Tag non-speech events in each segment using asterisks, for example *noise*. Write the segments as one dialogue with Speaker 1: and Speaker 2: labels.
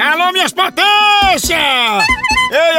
Speaker 1: Atenção, minhas potências! Ei,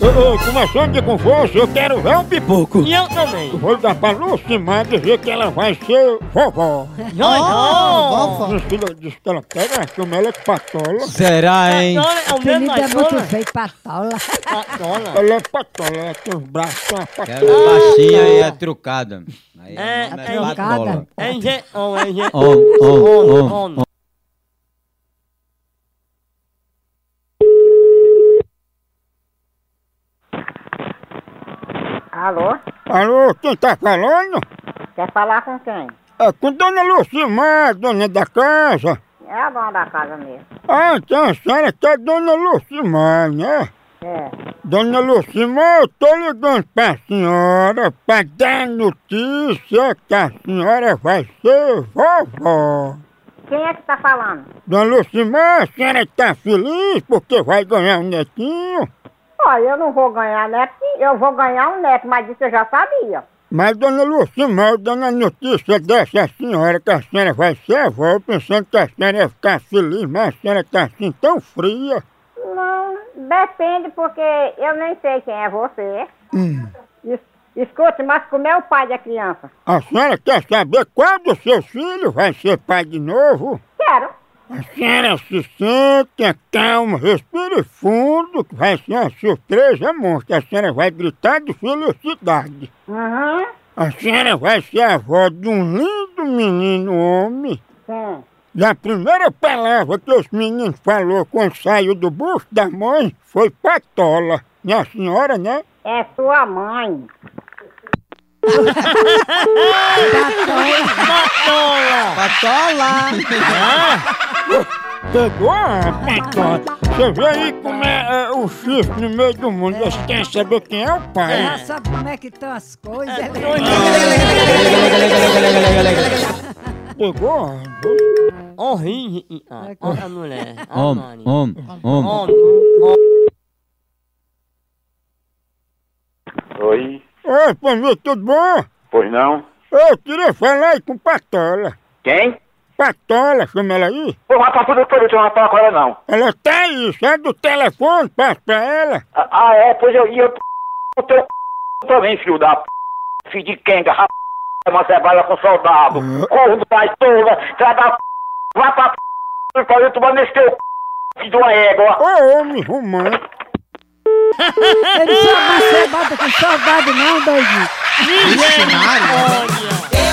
Speaker 1: Ô, ô, começando de conforto, eu quero ver um pipoco.
Speaker 2: E eu também.
Speaker 1: Vou dar pra Lucimar dizer que ela vai ser vovó.
Speaker 2: É. Não,
Speaker 1: Minha filha disse que ela pega, chama ela de patola.
Speaker 3: Será, hein?
Speaker 2: É o
Speaker 4: O
Speaker 2: mesmo
Speaker 4: apelido é muito
Speaker 2: Aitola?
Speaker 4: feio pra Paula.
Speaker 2: Aitola.
Speaker 1: Ela é patola, ela tem os braços, uma
Speaker 3: Aquela
Speaker 1: patola.
Speaker 3: baixinha aí é trucada. Aí
Speaker 2: É,
Speaker 4: tá
Speaker 3: o nome
Speaker 2: é
Speaker 4: trucada.
Speaker 3: patola.
Speaker 2: É injeção, é injeção.
Speaker 3: On, on, on.
Speaker 2: É
Speaker 5: Alô?
Speaker 1: Alô, quem tá falando?
Speaker 5: Quer falar com quem?
Speaker 1: É com Dona Lucimar, dona da casa.
Speaker 5: É a dona da casa mesmo.
Speaker 1: Ah, então a senhora que é Dona Lucimar, né?
Speaker 5: É.
Speaker 1: Dona Lucimar, eu tô ligando pra senhora pra dar notícia que a senhora vai ser vovó.
Speaker 5: Quem é que tá falando?
Speaker 1: Dona Lucimar, a senhora tá feliz porque vai ganhar um netinho?
Speaker 5: Olha, eu não vou ganhar neto, sim. eu vou ganhar um neto, mas disso eu já sabia.
Speaker 1: Mas, dona Lucimar, eu dando a notícia dessa senhora que a senhora vai ser avó, eu pensando que a senhora ia ficar feliz, mas a senhora tá assim tão fria.
Speaker 5: Não, depende, porque eu nem sei quem é você.
Speaker 1: Hum.
Speaker 5: Es escute, mas como é o pai da criança?
Speaker 1: A senhora quer saber qual dos seus filhos vai ser pai de novo?
Speaker 5: Quero.
Speaker 1: A senhora se senta, calma, respire fundo, que vai ser uma surpresa monstra. A senhora vai gritar de felicidade.
Speaker 5: Uhum.
Speaker 1: A senhora vai ser avó de um lindo menino homem.
Speaker 5: Sim.
Speaker 1: E a primeira palavra que os meninos falou quando saiu do bucho da mãe foi patola. E a senhora, né?
Speaker 5: É sua mãe.
Speaker 3: Patola!
Speaker 1: Pegou a patola. Você vê aí como é, é, o chifre no meio do mundo. Você quer saber quem é o pai.
Speaker 4: Ela sabe como é que estão as coisas. né? ela-
Speaker 1: Pegou a
Speaker 2: Horrível. Olha a mulher. Ah,
Speaker 3: Om,
Speaker 2: Mari.
Speaker 3: om, om.
Speaker 2: Homem. Homem.
Speaker 6: Oi,
Speaker 1: Oi, Pamir, tudo bom?
Speaker 6: pois não?
Speaker 1: Eu queria falar aí com patola.
Speaker 6: Quem?
Speaker 1: Patola, chama ela aí.
Speaker 6: Ô, rapaz, tudo que eu não vai falar com ela, não.
Speaker 1: Ela tá aí, sai do telefone, passa pra ela.
Speaker 6: Ah, ah, é, pois eu ia pro *laughs* c... teu c... também, filho da p... Filho de quenga, rapaz, macebada com soldado. Corno da tola, né? traz da p... Vai pra p... *laughs* e pra eu tomar nesse teu *laughs* c... filho de uma égua.
Speaker 1: Ô homem romântico.
Speaker 4: Eu não sou mais cebada com saudade não, doidinho.
Speaker 3: Dicionário?
Speaker 2: Olha.